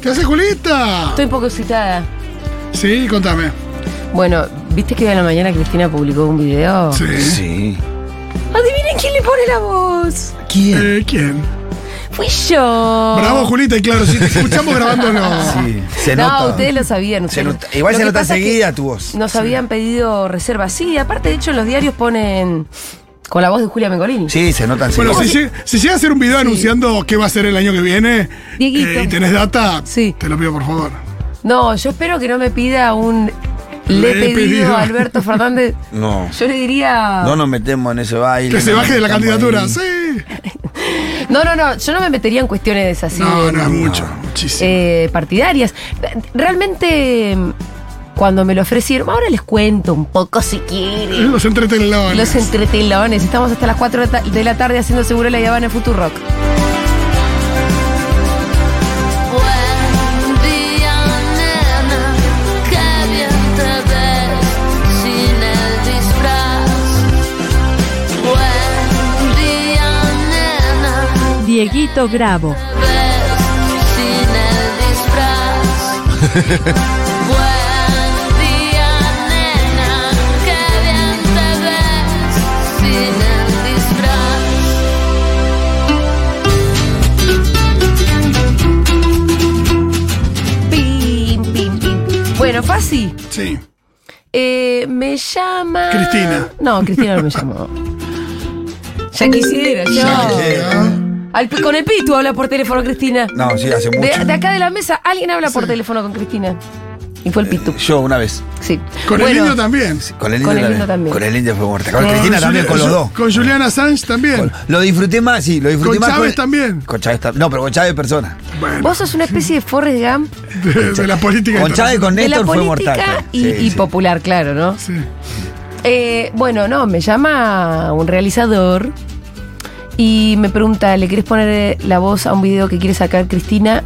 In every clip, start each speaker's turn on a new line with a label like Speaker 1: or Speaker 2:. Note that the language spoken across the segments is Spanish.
Speaker 1: ¿Qué hace Julita?
Speaker 2: Estoy un poco excitada.
Speaker 1: Sí, contame.
Speaker 2: Bueno, ¿viste que hoy en la mañana Cristina publicó un video?
Speaker 1: Sí.
Speaker 3: Sí.
Speaker 2: Adivinen quién le pone la voz.
Speaker 3: ¿Quién?
Speaker 1: Eh, ¿Quién?
Speaker 2: Fui yo.
Speaker 1: Bravo, Julita, y claro, si te escuchamos grabándolo.
Speaker 3: Sí. Se
Speaker 2: no,
Speaker 3: nota.
Speaker 2: ustedes lo sabían.
Speaker 3: Se
Speaker 2: ustedes-
Speaker 3: nota- Igual
Speaker 2: Lo
Speaker 3: se
Speaker 2: que
Speaker 3: nota
Speaker 2: pasa es que
Speaker 3: seguida tu voz.
Speaker 2: Nos habían pedido reservas. Sí, aparte, de hecho, los diarios ponen con la voz de Julia Mengolini.
Speaker 3: Sí, se notan
Speaker 1: Bueno,
Speaker 3: seguida.
Speaker 1: si, lleg- si llega a hacer un video anunciando qué va a ser el año que viene
Speaker 2: Dieguito.
Speaker 1: eh, y tenés data,
Speaker 2: Sí.
Speaker 1: te lo pido por favor.
Speaker 2: No, yo espero que no me pida un. Le he
Speaker 1: Le he
Speaker 2: pedido
Speaker 1: pedido.
Speaker 2: a Alberto Fernández.
Speaker 3: No.
Speaker 2: Yo le diría.
Speaker 3: No nos metemos en ese baile.
Speaker 1: Que se
Speaker 3: no
Speaker 1: baje de la
Speaker 3: nos metamos
Speaker 1: candidatura.
Speaker 3: ahí.
Speaker 1: Sí.
Speaker 2: No, no, no, yo no me metería en cuestiones así
Speaker 1: No,
Speaker 2: de-
Speaker 1: no es mucho, muchísimo.
Speaker 2: eh, partidarias. Realmente, cuando me lo ofrecieron, ahora les cuento un poco si quieren.
Speaker 1: Los entretelones.
Speaker 2: Los entretelones. Estamos hasta las 4 de ta- de la tarde haciendo seguro la Habana en Futurock.
Speaker 4: Buen día, nena, qué bien te ves sin el disfraz. Buen día, nena,
Speaker 5: Dieguito Bravo.
Speaker 4: te ves sin el disfraz. Buen día, nena, qué bien te ves sin el disfraz.
Speaker 2: Pim, pim, pim. Bueno, fue así.
Speaker 1: Sí.
Speaker 2: Eh, me llama.
Speaker 1: Cristina.
Speaker 2: No, Cristina no me llamó. Ya quisiera, yo. Al- con el Pitu habla por teléfono, Cristina.
Speaker 3: No, sí, hace mucho.
Speaker 2: De, de acá de la mesa, alguien habla por teléfono con Cristina. Y fue el Pitu.
Speaker 3: Yo una vez.
Speaker 2: Sí.
Speaker 1: Con el
Speaker 2: Bueno,
Speaker 1: niño también.
Speaker 3: Con el
Speaker 2: Con el
Speaker 3: indio
Speaker 2: indio también.
Speaker 3: también. Con el indio fue muerta. Con
Speaker 2: Con
Speaker 3: Cristina también,
Speaker 1: Julia-
Speaker 3: con los dos.
Speaker 1: Con Juliana Sánchez también.
Speaker 3: Lo disfruté más, sí, lo disfruté
Speaker 1: Con
Speaker 3: más.
Speaker 1: Chávez también.
Speaker 3: Con Chávez también. No, pero con Chávez persona.
Speaker 1: Bueno,
Speaker 2: Vos sos una especie de Forrest Gump
Speaker 1: de, de la política.
Speaker 3: Con Chávez y con
Speaker 2: de la
Speaker 3: Néstor fue mortal.
Speaker 2: política y,
Speaker 3: Sí,
Speaker 2: y
Speaker 3: sí.
Speaker 2: popular, claro, ¿no?
Speaker 1: Sí.
Speaker 2: Eh, bueno, no, me llama un realizador y me pregunta, ¿le querés poner eh, la voz a un video que quiere sacar Cristina?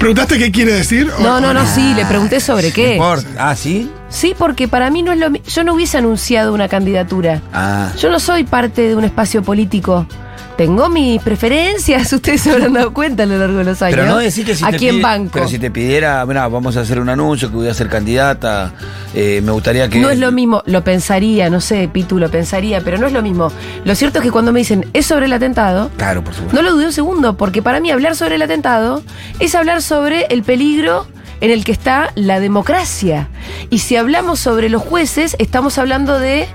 Speaker 1: ¿Preguntaste qué quiere decir? o-
Speaker 2: No, no,
Speaker 1: o
Speaker 2: no, sí, le pregunté sobre qué.
Speaker 3: Por- Ah, ¿sí?
Speaker 2: Sí, porque para mí no es lo mi- Yo no hubiese anunciado una candidatura.
Speaker 3: Ah.
Speaker 2: Yo no soy parte de un espacio político. Tengo mis preferencias, ustedes se habrán dado cuenta a lo largo de los años.
Speaker 3: Pero no decir que si
Speaker 2: ¿A
Speaker 3: te
Speaker 2: quién
Speaker 3: pide-
Speaker 2: banco?
Speaker 3: Pero si te pidiera, mira, vamos a hacer un anuncio que voy a ser candidata, eh, me gustaría que...
Speaker 2: No es lo mismo, lo pensaría, no sé, Pitu, lo pensaría, pero no es lo mismo. Lo cierto es que cuando me dicen es sobre el atentado,
Speaker 3: Claro, por supuesto.
Speaker 2: no lo dudé un segundo, porque para mí hablar sobre el atentado es hablar sobre el peligro en el que está la democracia. Y si hablamos sobre los jueces, estamos hablando de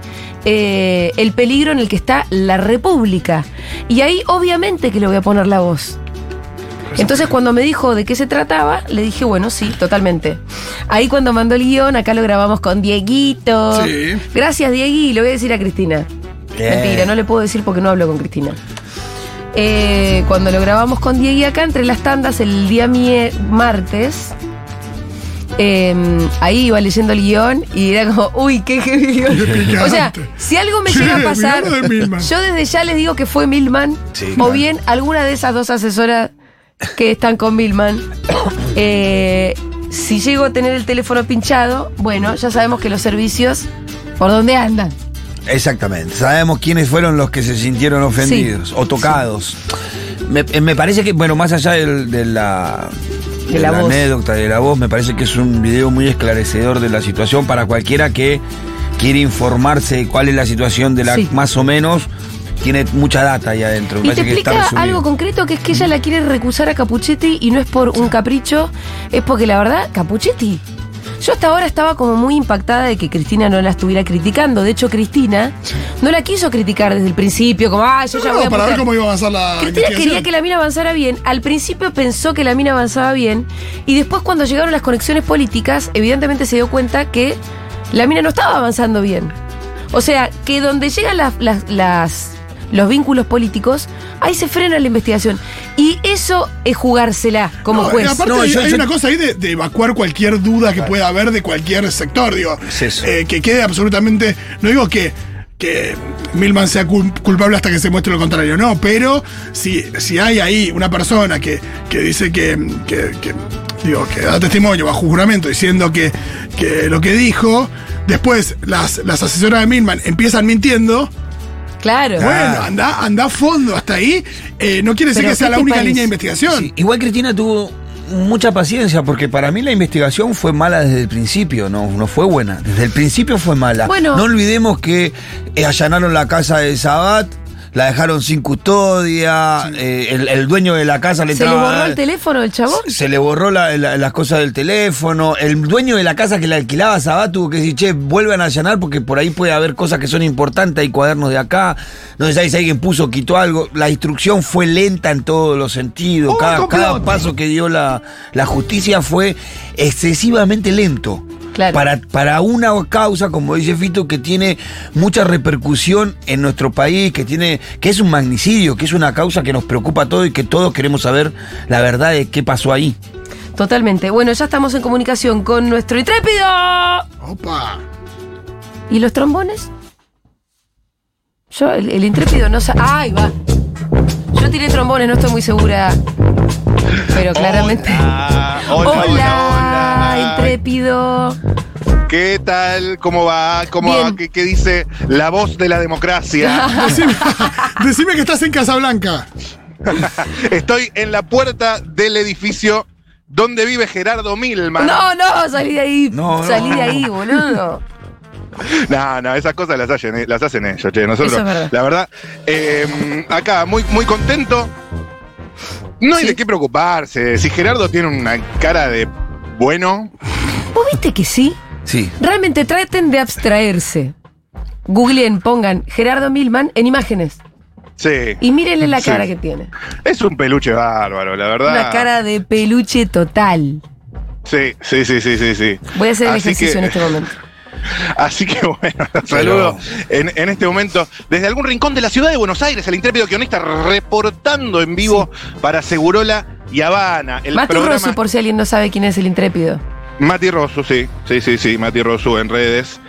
Speaker 2: eh, el peligro en el que está la república. Y ahí obviamente que le voy a poner la voz. Entonces cuando me dijo de qué se trataba, le dije, bueno, sí, totalmente. Ahí cuando mandó el guión, acá lo grabamos con Dieguito.
Speaker 1: Sí.
Speaker 2: Gracias, Diegui, lo voy a decir a Cristina.
Speaker 3: Bien.
Speaker 2: Mentira, no le puedo decir porque no hablo con Cristina. Eh, cuando lo grabamos con Diego y acá, entre las tandas, el día mie- martes, eh, ahí iba leyendo el guión y era como, uy, qué heavy guión.
Speaker 1: picante.
Speaker 2: O sea, si algo me
Speaker 1: Sí,
Speaker 2: llega a pasar,
Speaker 1: mirá lo de Milman.
Speaker 2: yo desde ya les digo que fue Milman,
Speaker 3: Sí,
Speaker 2: o
Speaker 3: claro.
Speaker 2: bien alguna de esas dos asesoras que están con Milman. Eh, si llego a tener el teléfono pinchado, bueno, ya sabemos que los servicios, ¿por dónde andan?
Speaker 3: Exactamente. Sabemos quiénes fueron los que se sintieron ofendidos
Speaker 2: Sí.
Speaker 3: o tocados. Me, eh, me parece que, bueno, más allá del- de la,
Speaker 2: De la voz.
Speaker 3: anécdota, de la voz, me parece que es un video muy esclarecedor de la situación para cualquiera que quiere informarse de cuál es la situación de la
Speaker 2: Sí.
Speaker 3: más o menos. Tiene mucha data ahí adentro. me
Speaker 2: Y te
Speaker 3: parece que está
Speaker 2: explica
Speaker 3: resumido.
Speaker 2: algo concreto que es que ella la quiere recusar a Capuchetti y no es por un capricho, es porque la verdad, Capuchetti. Yo hasta ahora estaba como muy impactada de que Cristina no la estuviera criticando. De hecho, Cristina no la quiso criticar desde el principio, como, ah, yo ya
Speaker 1: No,
Speaker 2: voy a
Speaker 1: para ver
Speaker 2: putear".
Speaker 1: cómo iba a avanzar la.
Speaker 2: Cristina quería
Speaker 1: investigación.
Speaker 2: que la mina avanzara bien. Al principio pensó que la mina avanzaba bien. Y después, cuando llegaron las conexiones políticas, evidentemente se dio cuenta que la mina no estaba avanzando bien. O sea, que donde llegan las, las- las- los vínculos políticos, ahí se frena la investigación. Y eso es jugársela como
Speaker 1: No, y
Speaker 2: juez.
Speaker 1: aparte
Speaker 3: No,
Speaker 1: hay,
Speaker 3: yo-
Speaker 1: hay
Speaker 3: yo-
Speaker 1: una cosa ahí de, de evacuar cualquier duda que pueda haber de cualquier sector, digo.
Speaker 3: Es eso.
Speaker 1: eh, que quede absolutamente. No digo que, que Milman sea cul- culpable hasta que se muestre lo contrario, no, pero si, si hay ahí una persona que, que dice que, que- que- digo, que da testimonio bajo juramento diciendo que, que lo que dijo, después las, las asesoras de Milman empiezan mintiendo.
Speaker 2: Claro.
Speaker 1: Bueno, anda, anda a fondo hasta ahí. Eh, no quiere decir
Speaker 2: Pero
Speaker 1: que sea
Speaker 2: ¿qué
Speaker 1: la
Speaker 2: te
Speaker 1: única
Speaker 2: parece?
Speaker 1: línea de investigación.
Speaker 3: Sí, Igual Cristina tuvo mucha paciencia, porque para mí la investigación fue mala desde el principio, no, no fue buena. Desde el principio fue mala.
Speaker 2: Bueno.
Speaker 3: No olvidemos que eh, allanaron la casa de Sabat, la dejaron sin custodia, eh, el, el dueño de la casa le
Speaker 2: ¿Se le
Speaker 3: entraba a
Speaker 2: borró
Speaker 3: dar-
Speaker 2: el teléfono del chabón?
Speaker 3: se le borró la- la- las cosas del teléfono. El dueño de la casa que le alquilaba a Sabat tuvo que decir, che, vuelvan a allanar porque por ahí puede haber cosas que son importantes. Hay cuadernos de acá. No sé si alguien puso, quitó algo. La instrucción fue lenta en todos los sentidos.
Speaker 1: ¡Oh,
Speaker 3: Cada,
Speaker 1: complot!
Speaker 3: cada paso que dio la, la justicia fue excesivamente lento.
Speaker 2: Claro.
Speaker 3: Para, para una causa, como dice Fito, que tiene mucha repercusión en nuestro país, que tiene, que es un magnicidio, que es una causa que nos preocupa a todos y que todos queremos saber la verdad de qué pasó ahí.
Speaker 2: Totalmente. Bueno, ya estamos en comunicación con nuestro intrépido.
Speaker 1: Opa.
Speaker 2: ¿Y los trombones? Yo, el, el intrépido no sabe. ¡Ay, va! Yo tiré trombones, no estoy muy segura. Pero claramente.
Speaker 6: Hola, Ah, hola,
Speaker 2: Hola,
Speaker 6: hola, hola.
Speaker 2: intrépido.
Speaker 6: ¿Qué tal? ¿Cómo va? ¿Cómo
Speaker 2: Bien.
Speaker 6: va? ¿Qué, qué dice la voz de la democracia?
Speaker 1: Decime, decime que estás en Casablanca.
Speaker 6: Estoy en la puerta del edificio donde vive Gerardo Milman.
Speaker 2: No, no, salí de ahí.
Speaker 3: No, no.
Speaker 2: salí de ahí, boludo.
Speaker 6: No, no, esas cosas las hacen, eh, las hacen ellos, che. Nosotros,
Speaker 2: Eso es verdad.
Speaker 6: la verdad, eh, acá muy, muy contento. No hay de qué preocuparse. Si Gerardo tiene una cara de bueno,
Speaker 2: ¿Vos viste que sí?
Speaker 3: Sí.
Speaker 2: Realmente traten de abstraerse. Googleen, pongan Gerardo Milman en imágenes.
Speaker 6: sí.
Speaker 2: Y mírenle la
Speaker 6: Sí. Ah.
Speaker 2: cara que tiene.
Speaker 6: Es un peluche bárbaro, la verdad.
Speaker 2: Una cara de peluche total.
Speaker 6: Sí, sí, sí, sí, sí, sí.
Speaker 2: Voy a hacer el
Speaker 6: Así
Speaker 2: ejercicio
Speaker 6: que-
Speaker 2: en este momento.
Speaker 6: Así que bueno, los saludo en, en este momento desde algún rincón de la ciudad de Buenos Aires, el intrépido guionista reportando en vivo para Segurola y Habana. El
Speaker 2: Mati
Speaker 6: programa
Speaker 2: Rosso, por si alguien no sabe quién es el intrépido.
Speaker 6: Mati Rosu, sí, sí, sí, sí, Mati Rosu en redes.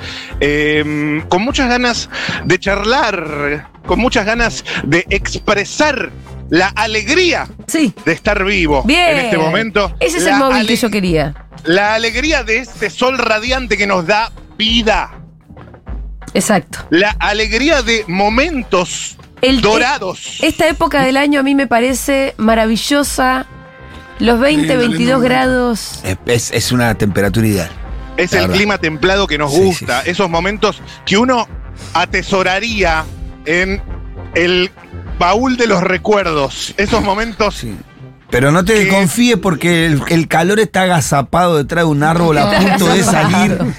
Speaker 6: Eh, con muchas ganas de charlar, con muchas ganas de expresar la alegría
Speaker 2: Sí.
Speaker 6: de estar vivo
Speaker 2: Bien.
Speaker 6: en este momento.
Speaker 2: Ese es
Speaker 6: La
Speaker 2: el móvil que
Speaker 6: ale-
Speaker 2: yo quería.
Speaker 6: La alegría de este sol radiante que nos da vida.
Speaker 2: Exacto.
Speaker 6: La alegría de momentos
Speaker 2: El-
Speaker 6: dorados.
Speaker 2: Esta época del año a mí me parece maravillosa. Los 20,
Speaker 1: Lindo,
Speaker 2: 22
Speaker 1: lindo.
Speaker 2: grados.
Speaker 3: Es, es- es una temperatura ideal.
Speaker 6: es
Speaker 3: la
Speaker 6: el
Speaker 3: verdad.
Speaker 6: clima templado que nos
Speaker 3: Sí,
Speaker 6: gusta.
Speaker 3: sí, sí.
Speaker 6: Esos momentos que uno atesoraría en el baúl de los recuerdos. Esos momentos.
Speaker 3: Sí. Pero no te
Speaker 6: ¿Qué?
Speaker 3: confíes porque el, el calor está agazapado detrás de un árbol a
Speaker 2: Está
Speaker 3: punto de salir.
Speaker 2: agazapado.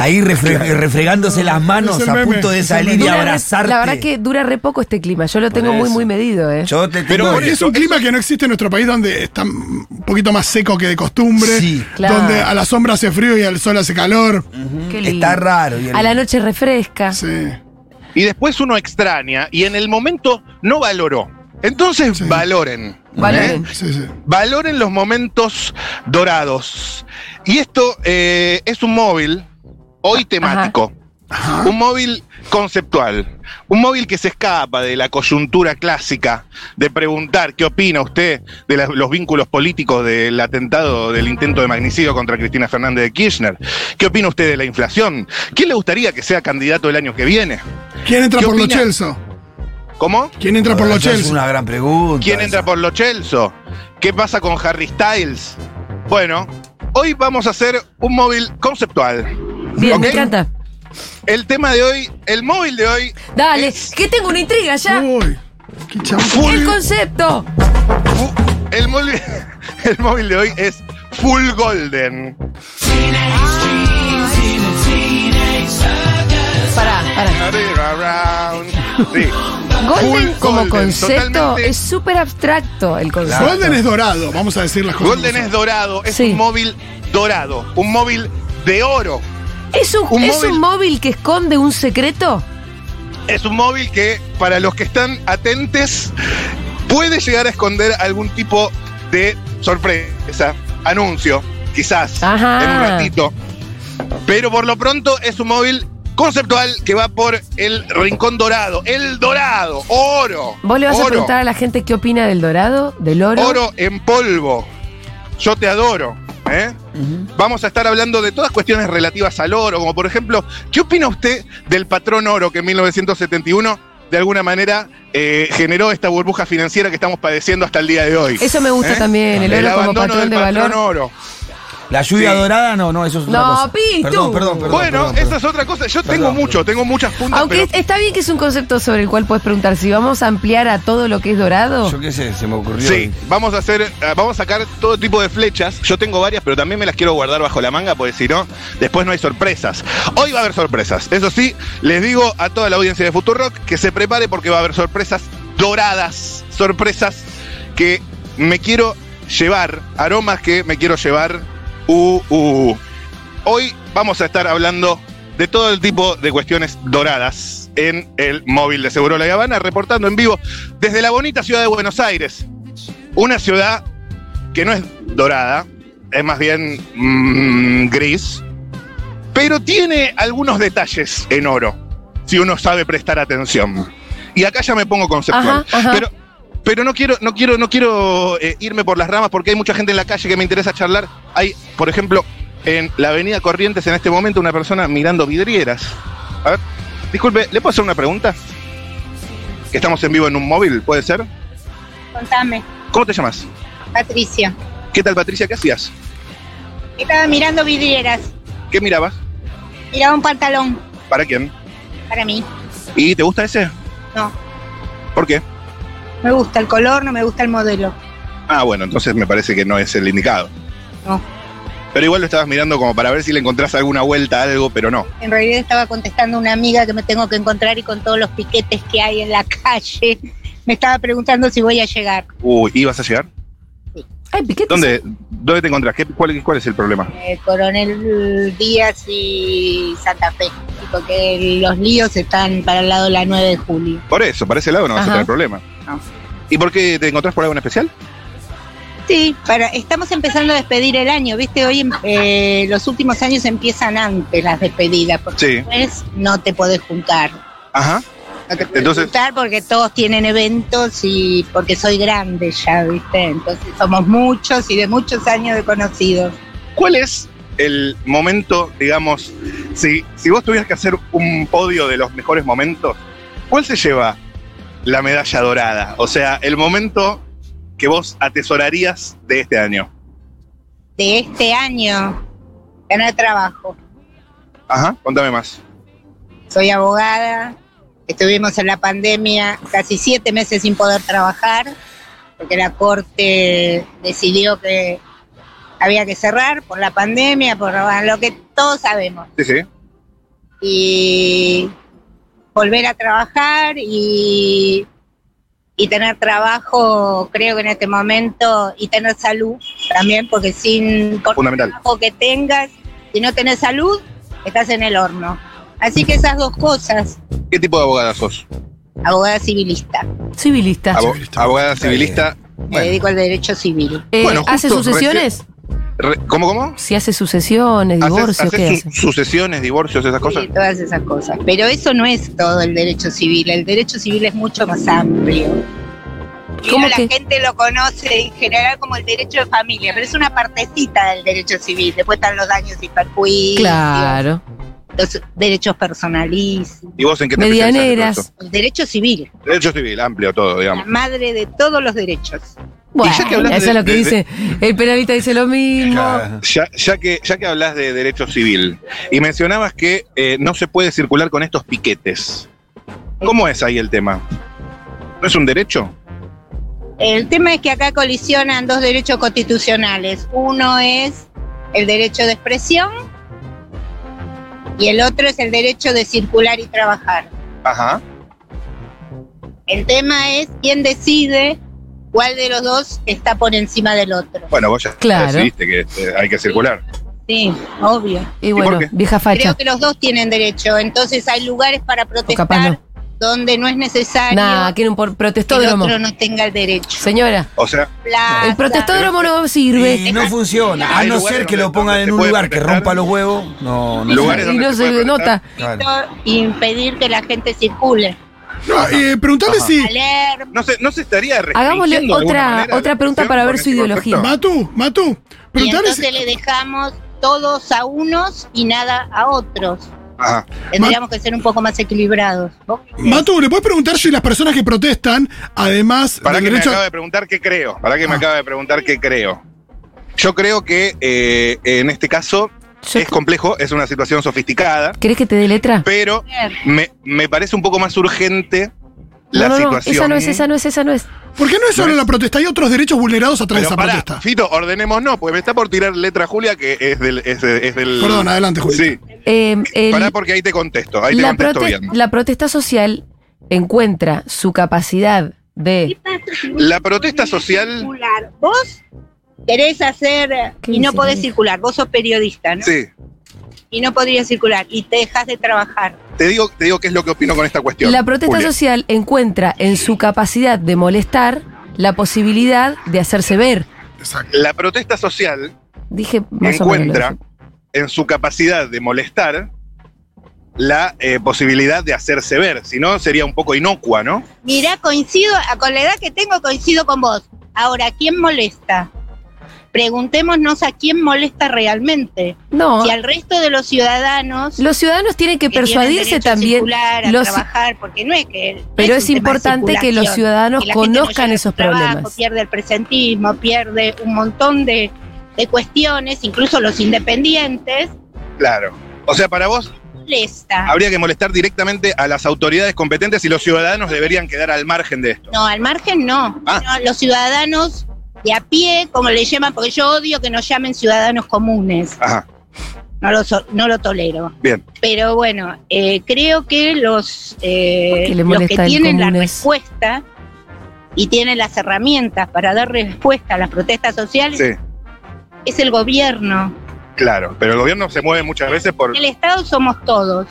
Speaker 3: Ahí refre- refregándose las manos,
Speaker 1: Es el
Speaker 3: a
Speaker 1: meme,
Speaker 3: punto de
Speaker 1: es el
Speaker 3: salir
Speaker 1: meme.
Speaker 3: y
Speaker 2: Dura re-
Speaker 3: abrazarte.
Speaker 2: la verdad que dura re poco este clima. Yo lo tengo muy,
Speaker 3: eso.
Speaker 2: muy medido, ¿eh?
Speaker 3: Yo te
Speaker 6: Pero
Speaker 3: tengo-
Speaker 6: por
Speaker 1: Porque es
Speaker 6: eso,
Speaker 1: un clima que no existe en nuestro país, donde está un poquito más seco que de costumbre.
Speaker 3: Sí.
Speaker 2: Claro.
Speaker 1: Donde a la sombra hace frío y al sol hace calor.
Speaker 2: Qué lindo.
Speaker 3: está raro. y el-
Speaker 2: A la noche refresca.
Speaker 1: Sí.
Speaker 6: Y después uno extraña y en el momento no valoró. Entonces
Speaker 1: Sí.
Speaker 6: valoren.
Speaker 2: Valoren.
Speaker 6: ¿eh?
Speaker 1: Sí, sí.
Speaker 6: Valoren los momentos dorados. Y esto eh, es un móvil hoy temático. Un móvil conceptual, un móvil que se escapa de la coyuntura clásica de preguntar qué opina usted de la- los vínculos políticos del atentado, del intento de magnicidio contra Cristina Fernández de Kirchner, qué opina usted de la inflación, quién le gustaría que sea candidato el año que viene,
Speaker 1: ¿Quién entra
Speaker 6: ¿Qué
Speaker 1: por los
Speaker 6: opina?
Speaker 1: Chelsea?
Speaker 6: ¿cómo?
Speaker 1: ¿Quién entra por
Speaker 3: Bueno,
Speaker 1: los
Speaker 3: Ah, esa Es
Speaker 1: Chelsea?
Speaker 3: una gran pregunta.
Speaker 6: ¿Quién entra
Speaker 3: esa.
Speaker 6: por lo Chelso? ¿Qué pasa con Harry Styles? Bueno, hoy vamos a hacer un móvil conceptual.
Speaker 2: Bien, me
Speaker 6: Ok.
Speaker 2: encanta.
Speaker 6: El tema de hoy, el móvil de hoy,
Speaker 2: Dale,
Speaker 6: Es-
Speaker 2: que tengo una intriga ya.
Speaker 1: Uy, qué chabón.
Speaker 2: El concepto.
Speaker 6: fu- el móvil, el móvil de hoy es Full Golden.
Speaker 2: Pará, pará.
Speaker 6: Around. Sí.
Speaker 2: Golden
Speaker 6: Full
Speaker 2: como
Speaker 6: Golden,
Speaker 2: concepto
Speaker 6: totalmente.
Speaker 2: es súper abstracto el concepto.
Speaker 1: Golden es dorado, vamos a decir las cosas.
Speaker 6: Golden
Speaker 1: como
Speaker 6: es dorado, es
Speaker 2: Sí.
Speaker 6: un móvil dorado, un móvil de oro.
Speaker 2: ¿Es, un,
Speaker 6: un
Speaker 2: es
Speaker 6: móvil-
Speaker 2: un móvil que esconde un secreto?
Speaker 6: Es un móvil que, para los que están atentes, puede llegar a esconder algún tipo de sorpresa, anuncio, quizás,
Speaker 2: Ajá.
Speaker 6: en un ratito. Pero por lo pronto es un móvil conceptual que va por el rincón dorado, el dorado, oro.
Speaker 2: ¿Vos le vas a
Speaker 6: oro,
Speaker 2: preguntar a la gente qué opina del dorado, del oro?
Speaker 6: Oro en polvo. Yo te adoro. ¿eh? Vamos a estar hablando de todas cuestiones relativas al oro, como por ejemplo, ¿qué opina usted del patrón oro que en 1971 de alguna manera eh, generó esta burbuja financiera que estamos padeciendo hasta el día de hoy.
Speaker 2: Eso me gusta
Speaker 6: ¿Eh?
Speaker 2: también, el oro como
Speaker 6: abandono
Speaker 2: patrón
Speaker 6: del
Speaker 2: de valor.
Speaker 6: patrón oro.
Speaker 3: La lluvia
Speaker 6: Sí.
Speaker 3: dorada, no, no, eso es otra
Speaker 2: No,
Speaker 3: cosa.
Speaker 2: Pitu.
Speaker 3: Perdón, perdón, perdón.
Speaker 6: bueno,
Speaker 3: perdón,
Speaker 6: esa es otra cosa. Yo
Speaker 3: Perdón,
Speaker 6: tengo
Speaker 3: perdón.
Speaker 6: mucho, tengo muchas puntas,
Speaker 2: Aunque
Speaker 6: pero
Speaker 2: está bien que es un concepto sobre el cual puedes preguntar si vamos a ampliar a todo lo que es dorado.
Speaker 3: Yo qué sé, se me ocurrió.
Speaker 6: sí, vamos a hacer, eh, vamos a sacar todo tipo de flechas. Yo tengo varias, pero también me las quiero guardar bajo la manga, porque si no, después no hay sorpresas. Hoy va a haber sorpresas. Eso sí, les digo a toda la audiencia de Futurock que se prepare porque va a haber sorpresas doradas, sorpresas que me quiero llevar, aromas que me quiero llevar. Uh, uh, uh. Hoy vamos a estar hablando de todo el tipo de cuestiones doradas en el móvil de Seguro La Habana, reportando en vivo desde la bonita ciudad de Buenos Aires. Una ciudad que no es dorada, es más bien mm, gris, pero tiene algunos detalles en oro, si uno sabe prestar atención. Y acá ya me pongo conceptual.
Speaker 2: Ajá, ajá.
Speaker 6: Pero, pero no quiero, no quiero, no quiero eh, irme por las ramas porque hay mucha gente en la calle que me interesa charlar. Hay, por ejemplo, en la avenida Corrientes en este momento una persona mirando vidrieras. A ver, disculpe, ¿le puedo hacer una pregunta? Que estamos en vivo en un móvil, ¿puede ser?
Speaker 7: Contame,
Speaker 6: ¿Cómo te llamas?
Speaker 7: Patricia.
Speaker 6: ¿Qué tal, Patricia? ¿Qué hacías?
Speaker 7: Estaba mirando vidrieras.
Speaker 6: ¿Qué mirabas?
Speaker 7: Miraba un pantalón
Speaker 6: ¿Para quién?
Speaker 7: para mí.
Speaker 6: ¿Y te gusta ese?
Speaker 7: No,
Speaker 6: ¿Por qué?
Speaker 7: me gusta el color, no me gusta el modelo.
Speaker 6: Ah, bueno, entonces me parece que no es el indicado.
Speaker 7: No,
Speaker 6: Pero igual lo estabas mirando como para ver si le encontrás alguna vuelta a algo, pero no.
Speaker 7: en realidad estaba contestando a una amiga que me tengo que encontrar y con todos los piquetes que hay en la calle. Me estaba preguntando si voy a llegar.
Speaker 6: Uy, ¿ibas a llegar?
Speaker 2: Ay, piquetes.
Speaker 6: ¿Dónde, dónde te encontrás? ¿Qué- cuál, cuál es el problema?
Speaker 7: Eh, Coronel Díaz y Santa Fe. Porque los líos están para el lado de la 9 de julio.
Speaker 6: Por eso, para ese lado no vas
Speaker 2: Ajá.
Speaker 6: a tener problema.
Speaker 7: No.
Speaker 6: ¿Y por qué te encontrás por algo en especial?
Speaker 7: Sí, para, estamos empezando a despedir el año, ¿viste? Hoy em- eh, los últimos años empiezan antes las despedidas, porque
Speaker 6: Sí.
Speaker 7: después Pues, no te podés juntar.
Speaker 6: Ajá.
Speaker 7: No Ah, te podés
Speaker 6: Entonces-
Speaker 7: juntar porque todos tienen eventos y porque soy grande ya, ¿viste? Entonces somos muchos y de muchos años de conocidos.
Speaker 6: ¿Cuál es el momento, digamos, si, si vos tuvieras que hacer un podio de los mejores momentos, ¿cuál se lleva la medalla dorada? O sea, el momento que vos atesorarías de este año.
Speaker 7: De este año, ganar trabajo.
Speaker 6: Ajá, contame más.
Speaker 7: Soy abogada, estuvimos en la pandemia casi siete meses sin poder trabajar, porque la corte decidió que había que cerrar por la pandemia, por lo que todos sabemos.
Speaker 6: Sí, sí.
Speaker 7: Y volver a trabajar y, y tener trabajo, creo que en este momento, y tener salud también, porque sin por
Speaker 6: Fundamental.
Speaker 7: trabajo que tengas, si no tenés salud, estás en el horno. Así que esas dos cosas
Speaker 6: ¿Qué tipo de abogada sos?
Speaker 7: abogada civilista.
Speaker 2: Ah, Civilista.
Speaker 6: Abo-
Speaker 1: civilista.
Speaker 6: abogada civilista.
Speaker 7: Me dedico al derecho civil.
Speaker 2: Eh,
Speaker 6: Bueno,
Speaker 2: ¿Hace
Speaker 6: justo
Speaker 2: sucesiones?
Speaker 6: Re- ¿Cómo, cómo?
Speaker 2: Si hace sucesiones,
Speaker 6: ¿Haces-
Speaker 2: divorcio,
Speaker 6: haces
Speaker 2: ¿qué
Speaker 6: su-
Speaker 2: hace?
Speaker 6: sucesiones, divorcios, esas cosas?
Speaker 7: Sí, todas esas cosas. Pero eso no es todo el derecho civil. El derecho civil es mucho más amplio. Y
Speaker 2: ¿Cómo
Speaker 7: la
Speaker 2: que?
Speaker 7: gente lo conoce en general como el derecho de familia, pero es una partecita del derecho civil. Después están los daños y perjuicios,
Speaker 2: Claro.
Speaker 7: los derechos personalísimos.
Speaker 6: ¿Y vos en qué te especializás
Speaker 2: Medianeras.
Speaker 7: El derecho civil,
Speaker 6: de todo esto? Derecho civil, amplio todo,
Speaker 7: la
Speaker 6: digamos.
Speaker 7: madre de todos los derechos.
Speaker 2: Bueno,
Speaker 6: ya que hablaste
Speaker 2: eso es
Speaker 6: de-
Speaker 2: lo que
Speaker 6: de-
Speaker 2: dice. El penalista dice lo mismo.
Speaker 3: Claro.
Speaker 6: Ya, ya que, ya que hablas de derecho civil y mencionabas que eh, no se puede circular con estos piquetes, ¿cómo es ahí el tema? ¿No es un derecho?
Speaker 7: El tema es que acá colisionan dos derechos constitucionales. Uno es el derecho de expresión y el otro es el derecho de circular y trabajar.
Speaker 6: Ajá.
Speaker 7: El tema es quién decide cuál de los dos está por encima del otro.
Speaker 6: Bueno, vos ya
Speaker 2: Claro.
Speaker 6: decidiste que eh, hay que circular.
Speaker 7: Sí, obvio.
Speaker 2: Y bueno,
Speaker 6: por qué?
Speaker 2: vieja facha.
Speaker 7: Creo que los dos tienen derecho. Entonces hay lugares para
Speaker 2: capaz
Speaker 7: protestar
Speaker 2: no.
Speaker 7: donde no es necesario
Speaker 2: Nah,
Speaker 7: que
Speaker 2: quiere un por-
Speaker 7: el
Speaker 2: protestódromo.
Speaker 7: otro no tenga el derecho.
Speaker 2: Señora,
Speaker 6: O sea,
Speaker 7: Plaza,
Speaker 2: el protestódromo no sirve.
Speaker 3: Y no funciona. A
Speaker 6: Hay
Speaker 3: no
Speaker 6: lugares
Speaker 3: ser que
Speaker 6: donde-
Speaker 3: lo pongan
Speaker 6: donde
Speaker 3: en
Speaker 6: se
Speaker 3: un
Speaker 6: puede
Speaker 3: lugar que
Speaker 6: protestar.
Speaker 3: rompa los huevos. No, no.
Speaker 6: Lugares
Speaker 2: Y
Speaker 6: donde
Speaker 2: no
Speaker 6: se
Speaker 2: se
Speaker 6: puede
Speaker 2: nota.
Speaker 3: Claro.
Speaker 7: impedir que la gente circule.
Speaker 1: No, eh, preguntale
Speaker 6: Ajá.
Speaker 1: si.
Speaker 7: Palermo.
Speaker 6: no se, no se estaría restringiendo
Speaker 2: Hagámosle
Speaker 6: de alguna
Speaker 2: otra-
Speaker 6: manera
Speaker 2: otra
Speaker 6: la
Speaker 2: pregunta
Speaker 6: discusión
Speaker 2: para ver
Speaker 6: con
Speaker 2: su
Speaker 6: este
Speaker 2: ideología.
Speaker 6: concepto?
Speaker 1: Matú, Matú.
Speaker 7: Y
Speaker 1: Preguntale
Speaker 7: entonces
Speaker 1: si.
Speaker 7: le dejamos todos a unos y nada a otros.
Speaker 6: Ajá.
Speaker 7: Tendríamos que ser un poco más equilibrados. ¿Vos qué crees?
Speaker 1: Matu, ¿le puedes preguntar si las personas que protestan, además
Speaker 6: Para
Speaker 1: del
Speaker 6: que
Speaker 1: derecho
Speaker 6: me acaba de preguntar qué creo. Para que me
Speaker 1: Ah.
Speaker 6: acaba de preguntar qué creo. Yo creo que eh, en este caso
Speaker 2: Yo-
Speaker 6: es complejo, es una situación sofisticada,
Speaker 2: ¿Querés que te dé letra?
Speaker 6: pero me, me parece un poco más urgente la
Speaker 2: no, no, no,
Speaker 6: situación.
Speaker 2: esa no es, esa no es, esa no es.
Speaker 1: ¿Por qué no es solo
Speaker 6: No es-
Speaker 1: la protesta? Hay otros derechos vulnerados a través
Speaker 6: Pero
Speaker 1: de esa
Speaker 6: pará,
Speaker 1: protesta.
Speaker 6: Fito, ordenemos no, porque me está por tirar letra Julia, que es del. Es, es del
Speaker 1: Perdón, adelante, Julia.
Speaker 6: Sí,
Speaker 2: Eh, el-
Speaker 6: pará porque ahí te contesto, ahí te
Speaker 2: la,
Speaker 6: contesto
Speaker 2: prote-
Speaker 6: bien.
Speaker 2: la protesta social encuentra su capacidad de.
Speaker 6: La protesta social.
Speaker 7: circular. Vos querés hacer eh,
Speaker 2: ¿Qué
Speaker 7: y no
Speaker 2: dice
Speaker 7: podés
Speaker 2: ahí?
Speaker 7: circular. Vos sos periodista, ¿no?
Speaker 6: Sí,
Speaker 7: Y no podrías circular y te dejas de trabajar.
Speaker 6: te digo, te digo qué es lo que opino con esta cuestión.
Speaker 2: La protesta
Speaker 6: Julia.
Speaker 2: social encuentra en su capacidad de molestar la posibilidad de hacerse ver.
Speaker 1: Exacto.
Speaker 6: La protesta social
Speaker 2: Dije más o
Speaker 6: encuentra
Speaker 2: menos.
Speaker 6: en su capacidad de molestar la eh, posibilidad de hacerse ver, si no sería un poco inocua, ¿no?
Speaker 7: Mirá, coincido, a- con la edad que tengo coincido con vos. Ahora, ¿quién molesta? Preguntémonos a quién molesta realmente.
Speaker 2: No,
Speaker 7: Si al resto de los ciudadanos
Speaker 2: los ciudadanos tienen Oh. que
Speaker 7: que tienen
Speaker 2: persuadirse
Speaker 7: derecho a
Speaker 2: también.
Speaker 7: circular, a
Speaker 2: los-
Speaker 7: trabajar, porque no es que no
Speaker 2: Pero
Speaker 7: un
Speaker 2: es
Speaker 7: tema de
Speaker 2: importante que los
Speaker 7: circulación.
Speaker 2: ciudadanos
Speaker 7: Y la gente no
Speaker 2: conozcan
Speaker 7: llega a su
Speaker 2: esos
Speaker 7: trabajo,
Speaker 2: problemas.
Speaker 7: Pierde el presentismo, pierde un montón de, de cuestiones, incluso los independientes,
Speaker 6: Claro. O sea, para vos
Speaker 7: molesta.
Speaker 6: habría que molestar directamente a las autoridades competentes y los ciudadanos deberían quedar al margen de esto.
Speaker 7: No, al margen no.
Speaker 6: Ah.
Speaker 7: No, Los ciudadanos de a pie, como le llaman, porque yo odio que nos llamen ciudadanos comunes,
Speaker 6: Ajá,
Speaker 7: no lo, so- no lo tolero.
Speaker 6: bien.
Speaker 7: Pero bueno, eh, creo que los, eh,
Speaker 2: ¿Por qué le
Speaker 7: los que
Speaker 2: molesta el
Speaker 7: tienen la
Speaker 2: comunes?
Speaker 7: respuesta y tienen las herramientas para dar respuesta a las protestas sociales
Speaker 6: Sí,
Speaker 7: es el gobierno.
Speaker 6: claro. Pero el gobierno se mueve muchas veces por.
Speaker 7: El Estado somos todos.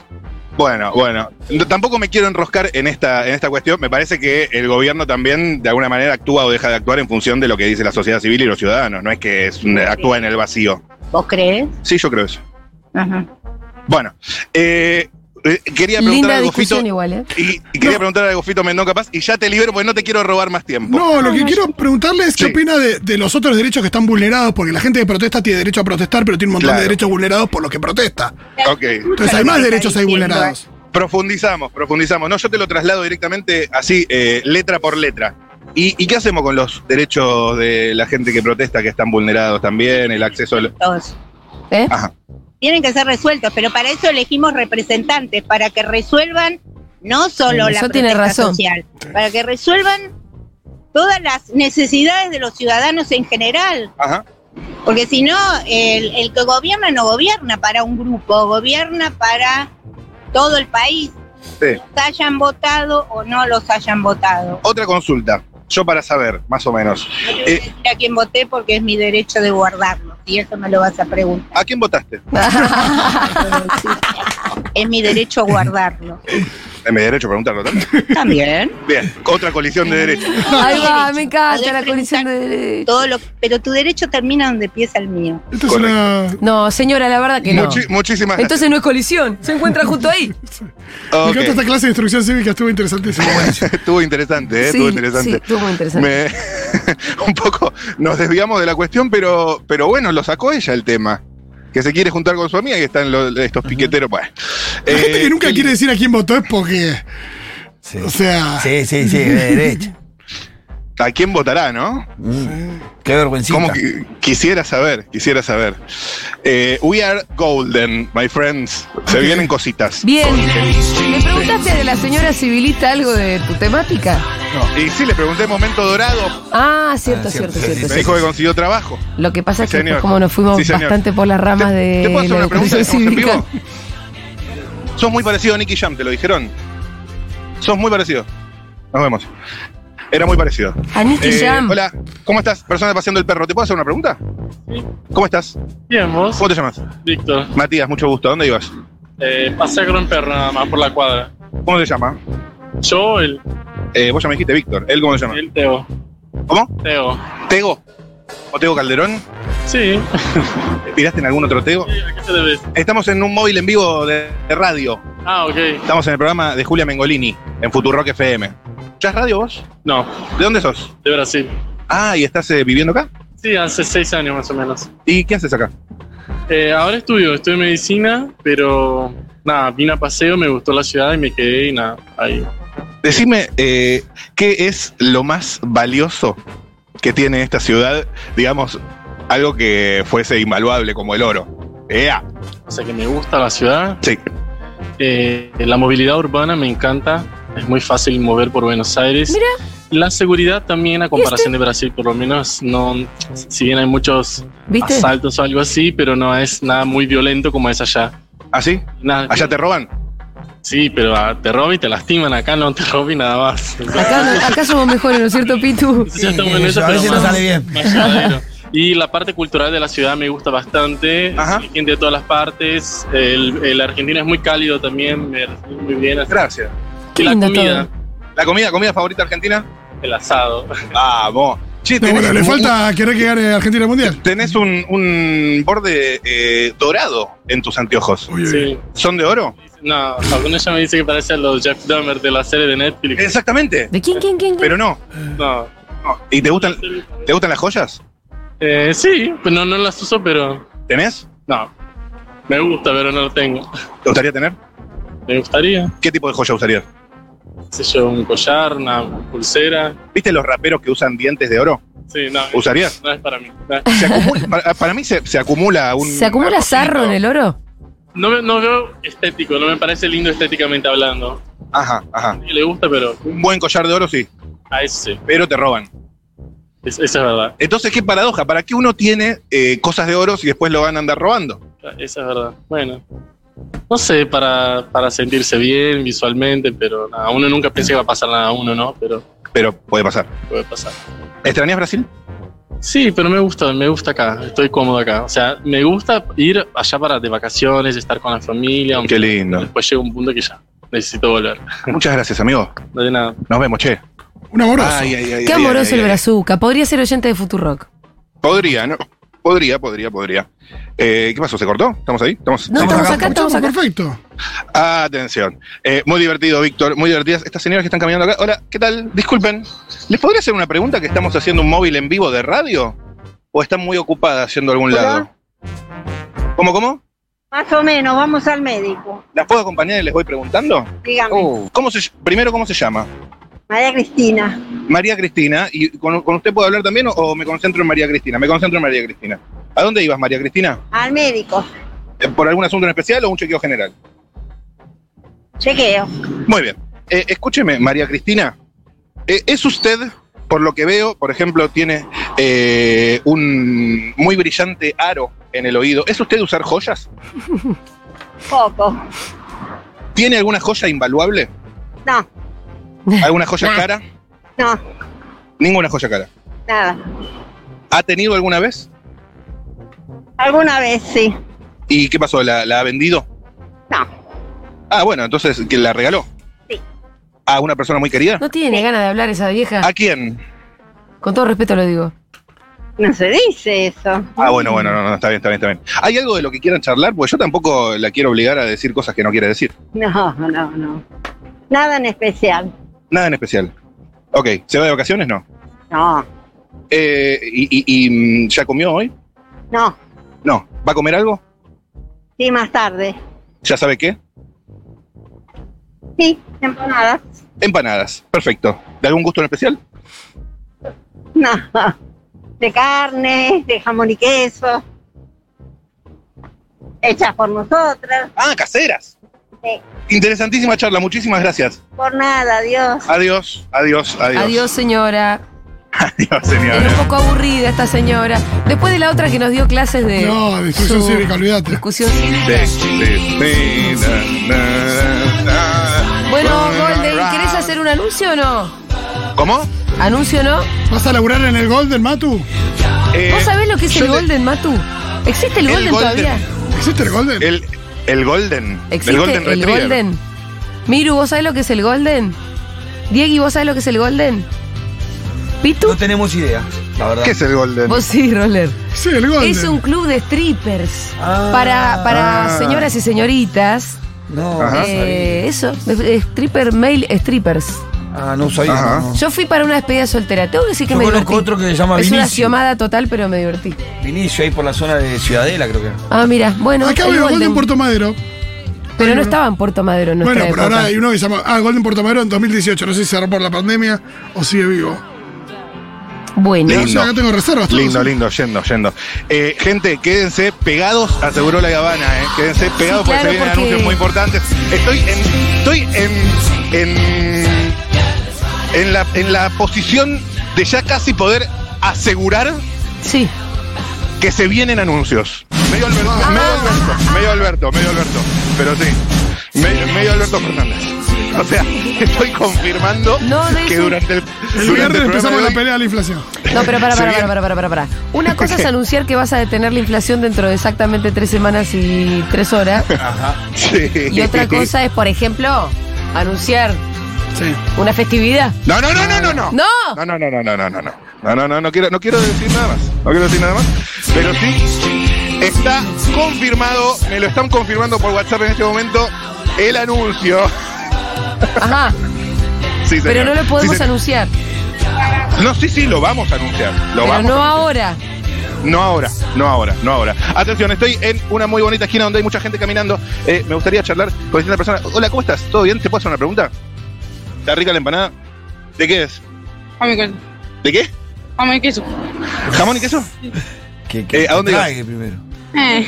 Speaker 6: Bueno, bueno. No, Tampoco me quiero enroscar en esta, en esta cuestión. Me parece que el gobierno también de alguna manera actúa o deja de actuar en función de lo que dice la sociedad civil y los ciudadanos. No es que es un- actúa en el vacío.
Speaker 7: ¿Vos crees?
Speaker 6: Sí, yo creo eso.
Speaker 7: Ajá.
Speaker 6: Bueno, eh, eh, quería preguntar
Speaker 2: Linda
Speaker 6: algo,
Speaker 2: discusión
Speaker 6: Fito,
Speaker 2: igual, ¿eh?
Speaker 6: y, y quería preguntar algo, Fito Mendón, capaz, y ya te libero porque no te quiero robar más tiempo.
Speaker 1: No, lo que quiero preguntarle es qué
Speaker 6: Sí.
Speaker 1: opina de, de los otros derechos que están vulnerados, porque la gente que protesta tiene derecho a protestar, pero tiene un montón
Speaker 6: Claro.
Speaker 1: de derechos vulnerados por lo que protesta.
Speaker 6: Ok,
Speaker 1: Entonces hay más derechos ahí vulnerados.
Speaker 6: profundizamos, profundizamos. No, yo te lo traslado directamente así, eh, letra por letra. ¿Y, y qué hacemos con los derechos de la gente que protesta, que están vulnerados también, el acceso al...
Speaker 7: Todos.
Speaker 2: ¿Eh?
Speaker 6: Ajá.
Speaker 7: Tienen que ser resueltos, pero para eso elegimos representantes, para que resuelvan no solo
Speaker 2: Bueno,
Speaker 7: la
Speaker 2: eso
Speaker 7: protesta
Speaker 2: tiene razón.
Speaker 7: social, para que resuelvan todas las necesidades de los ciudadanos en general,
Speaker 6: Ajá.
Speaker 7: porque si no, el, el que gobierna no gobierna para un grupo, gobierna para todo el país,
Speaker 6: Sí.
Speaker 7: los hayan votado o no los hayan votado.
Speaker 6: Otra consulta, yo para saber, más o menos.
Speaker 7: No te voy a
Speaker 6: Eh.
Speaker 7: decir a quién voté porque es mi derecho de guardarlo, y eso me lo vas a preguntar.
Speaker 6: ¿A quién votaste?
Speaker 7: es mi derecho a guardarlo.
Speaker 6: Es mi derecho a preguntarlo también.
Speaker 7: También.
Speaker 6: Bien, otra colisión de derechos.
Speaker 2: Ahí va,
Speaker 7: Derecho.
Speaker 2: me encanta
Speaker 7: Podés
Speaker 2: Ah, la colisión de derechos.
Speaker 7: Todo lo, pero tu derecho termina donde empieza el mío.
Speaker 1: Esta es
Speaker 6: Correcto.
Speaker 1: una.
Speaker 2: No, señora, la verdad que no.
Speaker 6: Muchi- muchísimas gracias.
Speaker 2: Entonces no es colisión, se encuentra justo ahí.
Speaker 1: Me
Speaker 6: Ok.
Speaker 1: encanta esta clase de instrucción cívica, estuvo interesantísima.
Speaker 6: Estuvo interesante, ¿eh?
Speaker 2: Sí,
Speaker 6: Estuvo interesante.
Speaker 2: sí, estuvo muy interesante.
Speaker 6: Me- un poco nos desviamos de la cuestión, pero, pero bueno, lo sacó ella el tema. Que se quiere juntar con su amiga y están los- estos piqueteros. Bueno.
Speaker 1: La gente
Speaker 6: Eh,
Speaker 1: que nunca
Speaker 6: y-
Speaker 1: quiere decir a quién votó es porque.
Speaker 3: Sí,
Speaker 1: O sea.
Speaker 3: sí, sí, sí, de derecha.
Speaker 6: ¿A quién votará, no?
Speaker 3: Mm. Qué vergüencita.
Speaker 6: Como que- quisiera saber, quisiera saber. Eh, we are golden, my friends. Se vienen cositas.
Speaker 2: Bien. ¿Me preguntaste de la señora civilista algo de tu temática?
Speaker 6: No, Y sí, le pregunté momento dorado.
Speaker 2: Ah, cierto, cierto,
Speaker 3: Ah, cierto,
Speaker 2: cierto.
Speaker 3: sí,
Speaker 6: Me
Speaker 2: cierto.
Speaker 6: dijo que consiguió trabajo.
Speaker 2: Lo que pasa es que
Speaker 6: Señor.
Speaker 2: después como nos fuimos
Speaker 6: Sí, señor.
Speaker 2: bastante por las ramas de
Speaker 6: ¿Te puedo hacer
Speaker 2: la
Speaker 6: una pregunta?
Speaker 2: educación
Speaker 6: ¿Estamos en
Speaker 2: cívica.
Speaker 6: vivo? Sos muy parecido a Nicky Jam, te lo dijeron. Sos muy parecido. Nos vemos. Era muy parecido.
Speaker 2: A Nicky
Speaker 6: Eh,
Speaker 2: Jam.
Speaker 6: Hola, ¿cómo estás? Persona paseando el perro. ¿Te puedo hacer una pregunta?
Speaker 8: Sí.
Speaker 6: ¿Cómo estás?
Speaker 8: Bien, vos,
Speaker 6: ¿Cómo te llamas?
Speaker 8: Víctor.
Speaker 6: Matías, mucho gusto. ¿A dónde ibas?
Speaker 8: Eh, pasé con un perro nada más por la cuadra.
Speaker 6: ¿Cómo te llama?
Speaker 8: Yo, el,
Speaker 6: Eh, vos ya me dijiste Víctor. ¿Él cómo se llama?
Speaker 8: el Teo.
Speaker 6: ¿Cómo?
Speaker 8: Teo.
Speaker 6: ¿Tego? ¿O Tego Calderón?
Speaker 8: Sí,
Speaker 6: ¿Te ¿Tiraste en algún otro Tego?
Speaker 8: ¿a qué te debes?
Speaker 6: Estamos en un móvil en vivo de, de radio.
Speaker 8: Ah, ok.
Speaker 6: Estamos en el programa de Julia Mengolini, en Futurock FM. ¿Ya es radio vos?
Speaker 8: No,
Speaker 6: ¿De dónde sos?
Speaker 8: de Brasil.
Speaker 6: Ah, ¿y estás eh, viviendo acá?
Speaker 8: Sí, hace seis años más o menos.
Speaker 6: ¿Y qué haces acá?
Speaker 8: Eh, ahora estudio, estudio medicina, pero nada, vine a paseo, me gustó la ciudad y me quedé y nada, ahí.
Speaker 6: Decime, eh, ¿qué es lo más valioso que tiene esta ciudad? Digamos, algo que fuese invaluable como el oro. ¡Ea!
Speaker 8: O sea que me gusta la ciudad.
Speaker 6: Sí.
Speaker 8: Eh, la movilidad urbana me encanta. Es muy fácil mover por Buenos Aires.
Speaker 2: Mira.
Speaker 8: La seguridad también, a comparación de Brasil, por lo menos, no. Si bien hay muchos
Speaker 2: ¿Viste?
Speaker 8: asaltos o algo así, pero no es nada muy violento como es allá.
Speaker 6: ¿Ah, sí?
Speaker 8: Nada,
Speaker 6: ¿Allá te roban?
Speaker 8: Sí, pero ah, te roban y te lastiman. Acá no te roban y nada más. Entonces,
Speaker 2: Acá, acá somos mejores, ¿no es cierto, Pitu?
Speaker 8: sí, está
Speaker 3: Eh,
Speaker 8: bueno eso,
Speaker 3: a
Speaker 8: pero
Speaker 3: veces no
Speaker 8: más-
Speaker 3: sale bien.
Speaker 8: más llevadero. Y la parte cultural de la ciudad me gusta bastante.
Speaker 6: Ajá.
Speaker 8: Hay gente de todas las partes. El, el argentino es muy cálido también. Me recibe muy bien. así.
Speaker 6: Gracias.
Speaker 8: Y la
Speaker 2: Lindo
Speaker 8: comida,
Speaker 6: ¿La comida, comida favorita argentina?
Speaker 8: el asado.
Speaker 6: Vamos. Che,
Speaker 1: No, bueno, le
Speaker 6: un-
Speaker 1: falta querer que gane Argentina el mundial.
Speaker 6: Tenés un, un borde eh, dorado en tus anteojos.
Speaker 1: Uy, uy.
Speaker 8: Sí.
Speaker 6: ¿Son de oro?
Speaker 8: No, algunos ya me dicen que parece a los Jeff Dahmer de la serie de Netflix.
Speaker 6: Exactamente.
Speaker 2: ¿De quién, quién, quién? quién?
Speaker 6: Pero no.
Speaker 8: No.
Speaker 6: no. ¿Y te gustan, te gustan las joyas?
Speaker 8: Eh, sí, pues no, no las uso, pero
Speaker 6: ¿Tenés?
Speaker 8: no. Me gusta, pero no lo tengo.
Speaker 6: ¿Te gustaría tener?
Speaker 8: Me gustaría.
Speaker 6: ¿Qué tipo de joya usarías?
Speaker 8: qué sé yo, un collar, una pulsera.
Speaker 6: ¿Viste los raperos que usan dientes de oro?
Speaker 8: Sí, no.
Speaker 6: ¿Usarías?
Speaker 8: No es para mí. No.
Speaker 6: Se acumula- para, para mí se, se acumula un.
Speaker 2: ¿Se acumula sarro en el oro?
Speaker 8: No, ve- no veo estético, no me parece lindo estéticamente hablando.
Speaker 6: Ajá, ajá.
Speaker 8: Sí, le gusta, pero
Speaker 6: Un buen collar de oro sí,
Speaker 8: a ese sí.
Speaker 6: pero te roban.
Speaker 8: Es- esa es verdad.
Speaker 6: Entonces, qué paradoja. ¿Para qué uno tiene eh, cosas de oro si después lo van a andar robando?
Speaker 8: Esa es verdad. Bueno. No sé, para, para sentirse bien visualmente, pero nada, uno nunca piensa que va a pasar nada a uno, ¿no? Pero
Speaker 6: Pero puede pasar.
Speaker 8: puede pasar.
Speaker 6: ¿Extrañas Brasil?
Speaker 8: Sí, pero me gusta, me gusta acá, estoy cómodo acá. O sea, me gusta ir allá para de vacaciones, estar con la familia, aunque
Speaker 6: Qué lindo.
Speaker 8: después llega un punto que ya necesito volver.
Speaker 6: Muchas gracias, amigo.
Speaker 8: No de nada.
Speaker 6: Nos vemos, che.
Speaker 1: Un amoroso.
Speaker 6: ay, ay,
Speaker 2: Qué
Speaker 6: ay,
Speaker 2: amoroso
Speaker 6: ay,
Speaker 2: el
Speaker 6: ay.
Speaker 2: Brazuca. Podría ser oyente de Futurock.
Speaker 6: Podría, ¿no? Podría, podría, podría. Eh, ¿Qué pasó? ¿Se cortó? ¿Estamos ahí? ¿Estamos?
Speaker 2: No, estamos acá,
Speaker 1: Estamos
Speaker 2: estamos acá.
Speaker 1: perfecto.
Speaker 6: Atención. Eh, muy divertido, Víctor. Muy divertidas estas señoras que están caminando acá. Hola, ¿qué tal? Disculpen. ¿Les podría hacer una pregunta que estamos haciendo un móvil en vivo de radio? ¿O están muy ocupadas haciendo algún
Speaker 7: Hola.
Speaker 6: lado? ¿Cómo, cómo?
Speaker 7: Más o menos, vamos al médico.
Speaker 6: ¿Las puedo acompañar y les voy preguntando?
Speaker 7: Dígame,
Speaker 6: ¿Cómo se, ll- primero, ¿cómo se llama?
Speaker 7: María Cristina.
Speaker 6: María Cristina. ¿Y con, con usted puedo hablar también o- o me concentro en María Cristina? Me concentro en María Cristina. ¿A dónde ibas, María Cristina?
Speaker 7: Al médico.
Speaker 6: ¿Eh, ¿Por algún asunto en especial o un chequeo general?
Speaker 7: Chequeo.
Speaker 6: Muy bien. Eh, escúcheme, María Cristina. Eh, ¿Es usted, por lo que veo, por ejemplo, tiene eh, un muy brillante aro en el oído? ¿Es usted de usar joyas?
Speaker 7: Poco.
Speaker 6: ¿Tiene alguna joya invaluable?
Speaker 7: No,
Speaker 6: ¿Alguna joya cara?
Speaker 7: no,
Speaker 6: Ninguna joya cara.
Speaker 7: nada.
Speaker 6: ¿Ha tenido alguna vez?
Speaker 7: Alguna vez sí.
Speaker 6: ¿Y qué pasó? ¿La, la ha vendido?
Speaker 7: No.
Speaker 6: Ah, bueno, entonces, ¿que la regaló?
Speaker 7: Sí.
Speaker 6: ¿A una persona muy querida?
Speaker 2: No tiene ganas de hablar esa vieja.
Speaker 6: ¿A quién?
Speaker 2: Con todo respeto lo digo.
Speaker 7: No se dice eso.
Speaker 6: Ah, bueno, bueno, no, no, está bien, está bien, está bien. ¿Hay algo de lo que quieran charlar? Pues yo tampoco la quiero obligar a decir cosas que no quiere decir.
Speaker 7: No, no, no. Nada en especial.
Speaker 6: Nada en especial. Ok, ¿se va de vacaciones? No.
Speaker 7: No,
Speaker 6: Eh, y, y- y, mm, ya comió hoy?
Speaker 7: no.
Speaker 6: No. ¿Va a comer algo?
Speaker 7: Sí, más tarde.
Speaker 6: ¿Ya sabe qué?
Speaker 7: Sí, empanadas.
Speaker 6: Empanadas. Perfecto. ¿De algún gusto en especial?
Speaker 7: No. De carne, de jamón y queso. Hechas por nosotras.
Speaker 6: Ah, caseras.
Speaker 7: Sí.
Speaker 6: Interesantísima charla. Muchísimas gracias.
Speaker 7: Por nada, adiós.
Speaker 6: Adiós, adiós, adiós.
Speaker 2: Adiós, señora.
Speaker 6: Adiós,
Speaker 2: Era un
Speaker 6: señora.
Speaker 2: poco aburrida esta señora. Después de la otra que nos dio clases de.
Speaker 1: No, destrucción
Speaker 2: Eh. su
Speaker 1: cívica, olvídate.
Speaker 2: Discusión Bueno,
Speaker 6: Bueno,
Speaker 2: Golden, ¿querés hacer un anuncio o no?
Speaker 6: ¿Cómo?
Speaker 2: ¿Anuncio o no?
Speaker 1: ¿Vas a laburar en el Golden, Matu?
Speaker 6: Eh,
Speaker 2: ¿Vos sabés lo que es
Speaker 6: yo
Speaker 2: el
Speaker 6: le-
Speaker 2: Golden, Matu? ¿Existe el,
Speaker 6: El
Speaker 2: Golden,
Speaker 6: Golden.
Speaker 2: todavía?
Speaker 1: ¿Existe el Golden?
Speaker 6: Eh, El, el Golden.
Speaker 2: ¿Existe
Speaker 6: el Golden
Speaker 2: el
Speaker 6: Retriever.
Speaker 2: Golden? Miru, ¿vos sabés lo que es el Golden? Diego, ¿vos sabés lo que es el Golden? ¿Pitu?
Speaker 3: No tenemos idea, la verdad.
Speaker 6: ¿Qué es el Golden?
Speaker 2: Vos sí, Roller.
Speaker 1: Sí, el Golden.
Speaker 2: Es un club de strippers
Speaker 3: Ah.
Speaker 2: para, para
Speaker 6: Ah.
Speaker 2: señoras y señoritas.
Speaker 3: No,
Speaker 6: Ajá.
Speaker 3: no sabía.
Speaker 2: Eh, eso, de- stripper, male strippers.
Speaker 3: Ah, no sabía.
Speaker 6: Ajá.
Speaker 3: no, no.
Speaker 2: Yo fui para una despedida soltera. Tengo que decir que
Speaker 3: Yo
Speaker 2: me
Speaker 3: conozco
Speaker 2: divertí.
Speaker 3: otro que se llama
Speaker 2: es una
Speaker 3: Vinicio.
Speaker 2: siomada total, pero me divertí.
Speaker 3: Vinicio ahí por la zona de Ciudadela, creo que. era.
Speaker 2: Ah, mira, bueno.
Speaker 1: Acá
Speaker 2: el
Speaker 1: veo el
Speaker 2: Golden.
Speaker 1: Golden Puerto Madero.
Speaker 2: Pero
Speaker 1: Ay,
Speaker 2: no
Speaker 1: no.
Speaker 2: estaba en Puerto Madero, en nuestra
Speaker 1: bueno, pero
Speaker 2: época.
Speaker 1: ahora hay uno que se llama. Ah, Golden Puerto Madero en 2018. No sé si cerró por la pandemia o sigue vivo.
Speaker 2: Bueno,
Speaker 1: Lindo. acá tengo reservas, todos.
Speaker 6: Lindo, lindo, yendo, yendo. Eh, gente, quédense pegados, aseguró la Habana, eh. Quédense
Speaker 2: Sí, claro,
Speaker 6: pegados porque se vienen
Speaker 2: porque-
Speaker 6: anuncios muy importantes. Estoy en. Estoy en. en. en la, en la posición de ya casi poder asegurar
Speaker 2: sí.
Speaker 6: que se vienen anuncios. Medio Alberto,
Speaker 2: Ah.
Speaker 6: medio Alberto, medio Alberto, medio Alberto. Pero sí. me- medio Alberto Fernández. O sea, estoy confirmando
Speaker 2: No dejes-
Speaker 6: que durante el.
Speaker 1: El
Speaker 6: durante
Speaker 1: viernes
Speaker 6: el programa
Speaker 1: empezamos
Speaker 6: de
Speaker 1: la
Speaker 6: hoy-
Speaker 1: pelea de la inflación.
Speaker 2: No, pero para,
Speaker 6: Se
Speaker 2: para, para,
Speaker 6: viene-
Speaker 2: para, para, para, para. Una cosa es anunciar que vas a detener la inflación dentro de exactamente tres semanas y tres horas.
Speaker 6: Sí.
Speaker 2: Y otra cosa es, por ejemplo, anunciar
Speaker 1: Sí.
Speaker 2: una festividad.
Speaker 6: No, no, no, no, no, no.
Speaker 2: ¡No!
Speaker 6: No, no, no, no, no, no, no, no. No, no, no, no quiero, no quiero decir nada más. No quiero decir nada más. Pero sí, está confirmado, me lo están confirmando por WhatsApp en este momento, el anuncio.
Speaker 2: Ajá.
Speaker 6: Sí, señor.
Speaker 2: Pero no lo
Speaker 6: Sí,
Speaker 2: podemos
Speaker 6: señor.
Speaker 2: anunciar.
Speaker 6: No, sí, sí, lo vamos a anunciar. Lo
Speaker 2: Pero
Speaker 6: vamos
Speaker 2: no
Speaker 6: a anunciar.
Speaker 2: ahora.
Speaker 6: No ahora, no ahora, no ahora. Atención, estoy en una muy bonita esquina donde hay mucha gente caminando. Eh, me gustaría charlar con distintas personas. Hola, ¿cómo estás? ¿Todo bien? ¿Te puedo hacer una pregunta? ¿Está rica la empanada? ¿De qué es? ¿De qué?
Speaker 9: Dame queso.
Speaker 6: ¿Jamón y queso?
Speaker 3: Que, que
Speaker 6: Eh, ¿a dónde
Speaker 3: trague primero.
Speaker 9: Eh,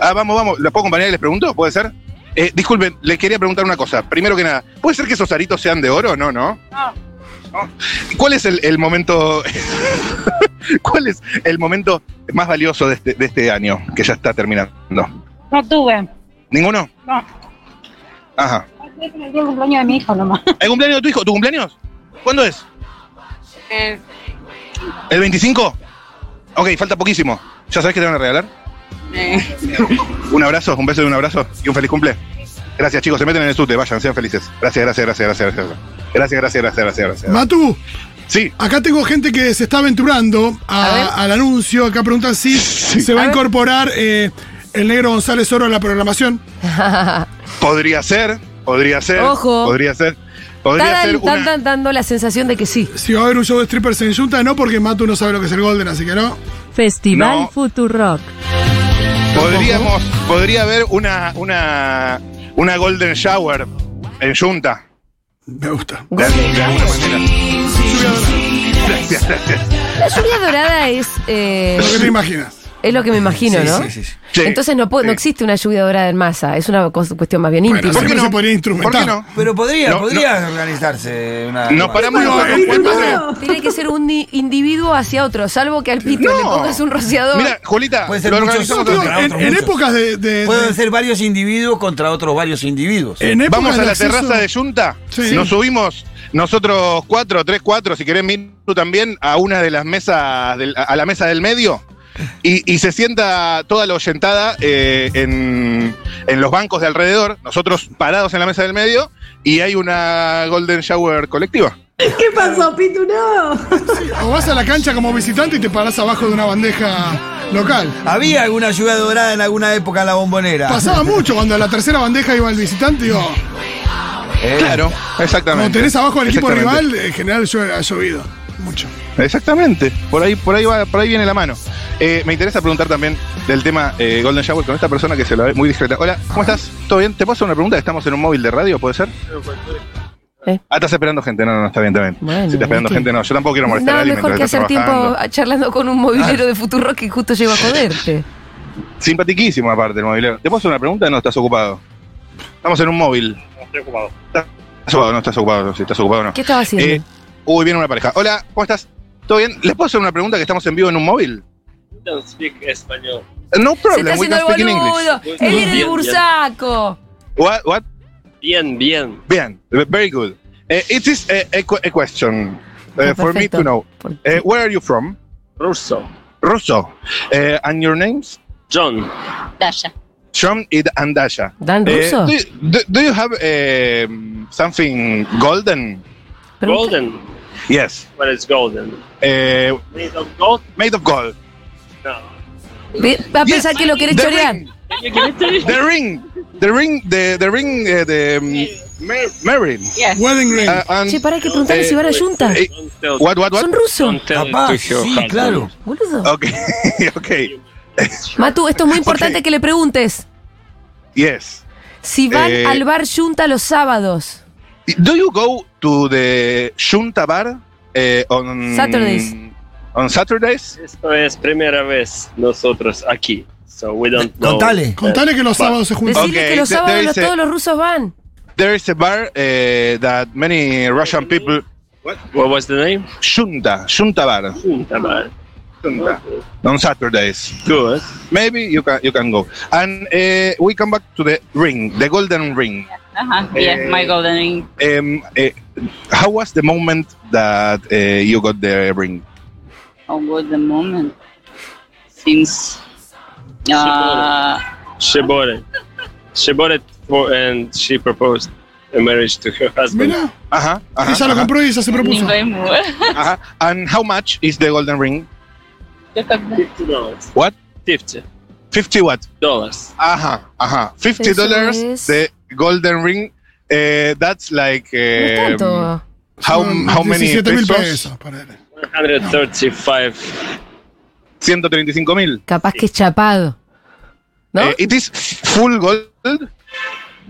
Speaker 6: Ah, vamos, vamos. ¿La puedo acompañar y les pregunto? ¿Puede ser? Eh, disculpen, les quería preguntar una cosa. Primero que nada, ¿puede ser que esos aritos sean de oro? No, no. No. ¿Cuál es el, el momento? ¿Cuál es el momento más valioso de este, de este año que ya está terminando?
Speaker 9: No tuve.
Speaker 6: ¿Ninguno?
Speaker 9: No.
Speaker 6: Ajá.
Speaker 9: El día del cumpleaños de mi hijo nomás.
Speaker 6: ¿El cumpleaños de tu hijo? ¿Tu cumpleaños? ¿Cuándo es?
Speaker 9: El,
Speaker 6: ¿El 25? Ok, falta poquísimo. ¿Ya sabes qué te van a regalar? Un abrazo, un beso y un abrazo y un feliz cumple. Gracias, chicos. Se meten en el sute, vayan, sean felices. Gracias, gracias, gracias, gracias, gracias. Gracias, gracias, gracias, gracias, gracias.
Speaker 1: Matu,
Speaker 6: Sí.
Speaker 1: acá tengo gente que se está aventurando a-
Speaker 2: A ver.
Speaker 1: al anuncio. Acá preguntan si se va a,
Speaker 2: A ver.
Speaker 1: incorporar eh, el negro González Oro a la programación.
Speaker 6: Podría ser, podría ser.
Speaker 2: Ojo.
Speaker 6: Podría ser. Podría ser
Speaker 2: Están,
Speaker 6: una-
Speaker 2: están dando la sensación de que sí.
Speaker 1: Si va a haber un show de strippers en Junta, no, porque Matu no sabe lo que es el Golden, así que no.
Speaker 5: Festival
Speaker 6: No.
Speaker 5: Futurock.
Speaker 6: podríamos, podría haber una, una, una golden shower en Junta.
Speaker 1: Me gusta.
Speaker 6: De, de alguna manera. Gracias, gracias.
Speaker 2: La lluvia dorada es, eh,
Speaker 1: Lo que te imaginas.
Speaker 2: es lo que me imagino,
Speaker 3: Sí,
Speaker 2: ¿no?
Speaker 3: sí, sí, sí.
Speaker 6: Sí,
Speaker 2: Entonces no, puede- no
Speaker 6: sí.
Speaker 2: existe una lluvia dorada en masa. Es una cos- cuestión más bien
Speaker 1: Bueno,
Speaker 2: íntima.
Speaker 1: siempre
Speaker 6: no?
Speaker 1: se podría
Speaker 6: ¿Por qué
Speaker 1: instrumentar.
Speaker 6: no?
Speaker 3: Pero podría,
Speaker 6: No,
Speaker 3: podría organizarse una.
Speaker 6: Nos paramos los dos con cuatro.
Speaker 2: Tiene que ser un di- individuo hacia otro, salvo que al pito le
Speaker 6: No.
Speaker 2: pongas un rociador.
Speaker 6: Mira, Julita,
Speaker 3: Puede ser
Speaker 6: lo
Speaker 3: muchos
Speaker 6: organizamos
Speaker 3: socios,
Speaker 6: nosotros.
Speaker 3: Para
Speaker 1: En,
Speaker 3: otros
Speaker 1: en
Speaker 3: muchos.
Speaker 1: épocas de. de-
Speaker 3: Pueden
Speaker 1: de-
Speaker 3: ser varios individuos contra otros varios individuos.
Speaker 1: en épocas
Speaker 6: Vamos a
Speaker 1: de
Speaker 6: la
Speaker 1: acceso-
Speaker 6: terraza de Junta,
Speaker 1: Sí.
Speaker 6: nos subimos nosotros cuatro, tres, cuatro, si querés Miru también, a una de las mesas, del- a la mesa del medio, y, y se sienta toda la oyentada eh, en, en los bancos de alrededor, nosotros parados en la mesa del medio, y hay una Golden Shower colectiva.
Speaker 1: O vas a la cancha como visitante y te parás abajo de una bandeja local.
Speaker 3: Había alguna lluvia dorada en alguna época en la bombonera.
Speaker 1: Pasaba mucho cuando a la tercera bandeja iba el visitante, digo,
Speaker 3: Eh,
Speaker 6: Claro, exactamente.
Speaker 1: cuando tenés abajo el equipo
Speaker 6: Exactamente.
Speaker 1: rival, en general llueve- ha llovido mucho.
Speaker 6: Exactamente, por ahí, por ahí va, por ahí viene la mano. Eh, me interesa preguntar también del tema eh, Golden Shower con esta persona que se la ve muy discreta. Hola, ¿cómo estás? ¿Todo bien? ¿Te puedo hacer una pregunta? Estamos en un móvil de radio, ¿puede ser?
Speaker 2: ¿Eh?
Speaker 6: Ah, estás esperando gente, no, no, no, está bien, está bien.
Speaker 2: Bueno,
Speaker 6: si estás esperando
Speaker 2: ¿viste?
Speaker 6: gente, no, yo tampoco quiero molestar a
Speaker 2: Nada
Speaker 6: alguien
Speaker 2: mejor que
Speaker 6: mientras
Speaker 2: hacer
Speaker 6: está trabajando. Ah.
Speaker 2: tiempo charlando con un movilero de Futuro que justo llegó a joderte.
Speaker 6: Simpatiquísimo aparte el movilero. ¿Te puedo hacer una pregunta? No, estás ocupado. Estamos en un móvil. No estoy ocupado. Estás ocupado, no estás ocupado, si estás ocupado no.
Speaker 2: ¿Qué estaba haciendo?
Speaker 6: Eh, uy, viene una pareja. Hola, ¿cómo estás? ¿Todo bien? ¿Les puedo hacer una pregunta que estamos en vivo en un móvil?
Speaker 8: español.
Speaker 6: No
Speaker 2: Se está
Speaker 6: problem, we
Speaker 2: haciendo
Speaker 6: can
Speaker 2: el
Speaker 6: speak in English.
Speaker 2: boludo. Él era de
Speaker 8: Bien,
Speaker 2: Bursaco.
Speaker 6: What? What?
Speaker 8: Bien, bien.
Speaker 6: Bien. Very good. Eh, it is a, a que- a question eh,
Speaker 2: Ah,
Speaker 6: for me
Speaker 2: perfecto.
Speaker 6: to know.
Speaker 2: Por-
Speaker 6: Eh, where are you from?
Speaker 8: Ruso.
Speaker 6: Russo. Eh, and your names?
Speaker 8: John.
Speaker 9: Daya.
Speaker 6: Sean Id and Dasha.
Speaker 2: ¿Dan
Speaker 6: Eh,
Speaker 2: Russo?
Speaker 6: do, you- do, do you have um, something golden?
Speaker 2: Pero-
Speaker 8: Golden.
Speaker 6: Yes.
Speaker 8: What is golden?
Speaker 6: Eh,
Speaker 8: Made of gold?
Speaker 6: made of gold.
Speaker 8: No.
Speaker 2: Ve- Va a pensar Ah, que lo querés
Speaker 6: The
Speaker 2: chorear.
Speaker 6: ring. The ring. The ring. The, the ring. eh, the um, mar- marine.
Speaker 9: Yes.
Speaker 1: Wedding ring.
Speaker 6: Uh, and,
Speaker 2: Che, pará, hay que preguntarle
Speaker 6: Eh,
Speaker 2: si van a Junta.
Speaker 6: eh, what? What? What?
Speaker 2: Son rusos,
Speaker 3: Capaz, sí, claro.
Speaker 2: boludo.
Speaker 6: Okay. okay.
Speaker 2: Matu, esto es muy importante
Speaker 6: Ah, Ok.
Speaker 2: que le preguntes.
Speaker 6: Yes.
Speaker 2: Si van
Speaker 6: Eh,
Speaker 2: al bar Junta los sábados.
Speaker 6: Do you go to the Junta Bar eh, on
Speaker 2: Saturdays.
Speaker 6: On Saturdays?
Speaker 10: Esto es primera vez nosotros aquí. So we don't know.
Speaker 3: Eh, Contale.
Speaker 1: Contale que los
Speaker 10: Va.
Speaker 1: sábados se juntan.
Speaker 2: Decirle
Speaker 6: Ok,
Speaker 2: que los
Speaker 6: te-
Speaker 2: sábados
Speaker 6: te
Speaker 2: los-
Speaker 6: dice-
Speaker 2: todos los rusos van.
Speaker 6: There is a bar eh, that many Russian people.
Speaker 10: What was the name?
Speaker 6: Junta, Junta Bar.
Speaker 10: Tabar.
Speaker 6: Junta. On Saturdays.
Speaker 10: Good.
Speaker 6: Maybe you can you can go. And eh, we come back to the ring, the golden ring.
Speaker 9: Ajá, yeah, Uh-huh. my golden ring.
Speaker 6: Um, eh, how was the moment that eh, you got the ring?
Speaker 9: Oh, good the moment. Since. Uh,
Speaker 10: She bought it. She bought it for, and she proposed a marriage to her husband.
Speaker 1: Mira,
Speaker 6: Ajá, ajá,
Speaker 1: ella lo
Speaker 6: ajá,
Speaker 1: compró y ella se propuso.
Speaker 9: Ninguém mua.
Speaker 6: ajá. uh-huh, And how much is the golden ring?
Speaker 10: Fifty dollars.
Speaker 6: What?
Speaker 10: Fifty
Speaker 6: Fifty what?
Speaker 10: dollars.
Speaker 6: Ajá, ajá. Fifty
Speaker 2: Eso
Speaker 6: dollars
Speaker 2: es-
Speaker 6: the golden ring. Eh, that's like
Speaker 2: No es
Speaker 6: eh,
Speaker 2: tanto.
Speaker 6: how
Speaker 1: Son
Speaker 6: how many
Speaker 1: 17 mil
Speaker 6: pesos?
Speaker 1: pesos. ponele.
Speaker 10: One hundred thirty-five.
Speaker 6: 135 mil.
Speaker 2: Capaz que es chapado. ¿No?
Speaker 6: Eh, it is full gold.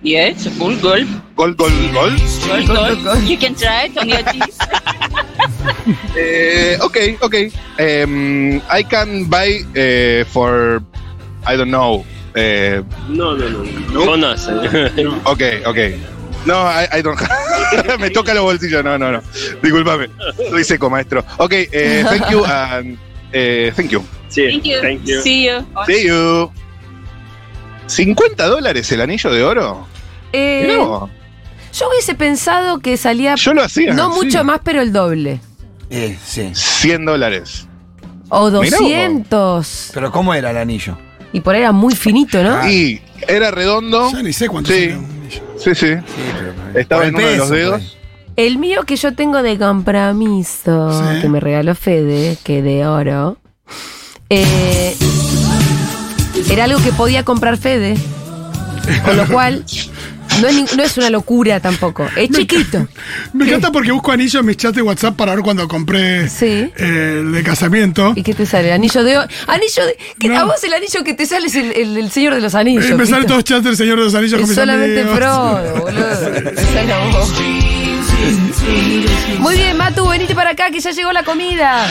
Speaker 9: Yes, full gold.
Speaker 6: Gold, gold, gold.
Speaker 9: Gold, gold. You can try it on your teeth.
Speaker 6: Eh, okay, okay. Um, I can buy eh, for I don't know. Eh,
Speaker 10: No, no, no. No. Con us.
Speaker 6: ok, ok. No, I, I don't. Me toca los bolsillos. No, no, no. Disculpame. Soy seco, maestro. Ok, eh, thank you and eh, thank you.
Speaker 10: Sí,
Speaker 9: Thank you.
Speaker 10: Thank you.
Speaker 9: See you.
Speaker 6: See you. 50 dólares el anillo de oro.
Speaker 2: Eh,
Speaker 6: No,
Speaker 2: yo hubiese pensado que salía
Speaker 6: yo lo hacía.
Speaker 2: no
Speaker 6: sí.
Speaker 2: mucho más, pero el doble.
Speaker 3: Eh, sí.
Speaker 6: 100 dólares.
Speaker 2: O
Speaker 6: Mirá vos.
Speaker 2: 200.
Speaker 3: Pero ¿cómo era el anillo?
Speaker 2: Y por ahí era muy finito, ¿no?
Speaker 6: Y era redondo.
Speaker 1: Ah. Ya ni sé cuánto
Speaker 6: Sí.
Speaker 1: sale un anillo.
Speaker 6: Sí, sí.
Speaker 3: Sí, pero.
Speaker 6: Estaba
Speaker 3: Por el
Speaker 6: en uno de los
Speaker 3: peso, pues.
Speaker 6: dedos.
Speaker 3: por
Speaker 2: El mío que yo tengo de compromiso,
Speaker 1: Sí.
Speaker 2: que me regaló Fede, que de oro, eh, era algo que podía comprar Fede. Con lo cual, no es, ni- no es una locura tampoco. Es chiquito.
Speaker 1: Me encanta porque busco anillos en mis chats de WhatsApp para ver cuando compré
Speaker 2: Sí.
Speaker 1: eh, el de casamiento.
Speaker 2: ¿Y qué te sale? Anillo de oro. Anillo de. que
Speaker 1: No.
Speaker 2: A vos el anillo que te sale es el, el- el señor de los anillos.
Speaker 1: Y Eh, me salen
Speaker 2: ¿viste?
Speaker 1: todos chats del Señor de los Anillos con
Speaker 2: Es
Speaker 1: mis
Speaker 2: solamente
Speaker 1: amigos.
Speaker 2: Frodo, boludo. Te sale a vos. Muy bien, Matu, venite para acá que ya llegó la comida.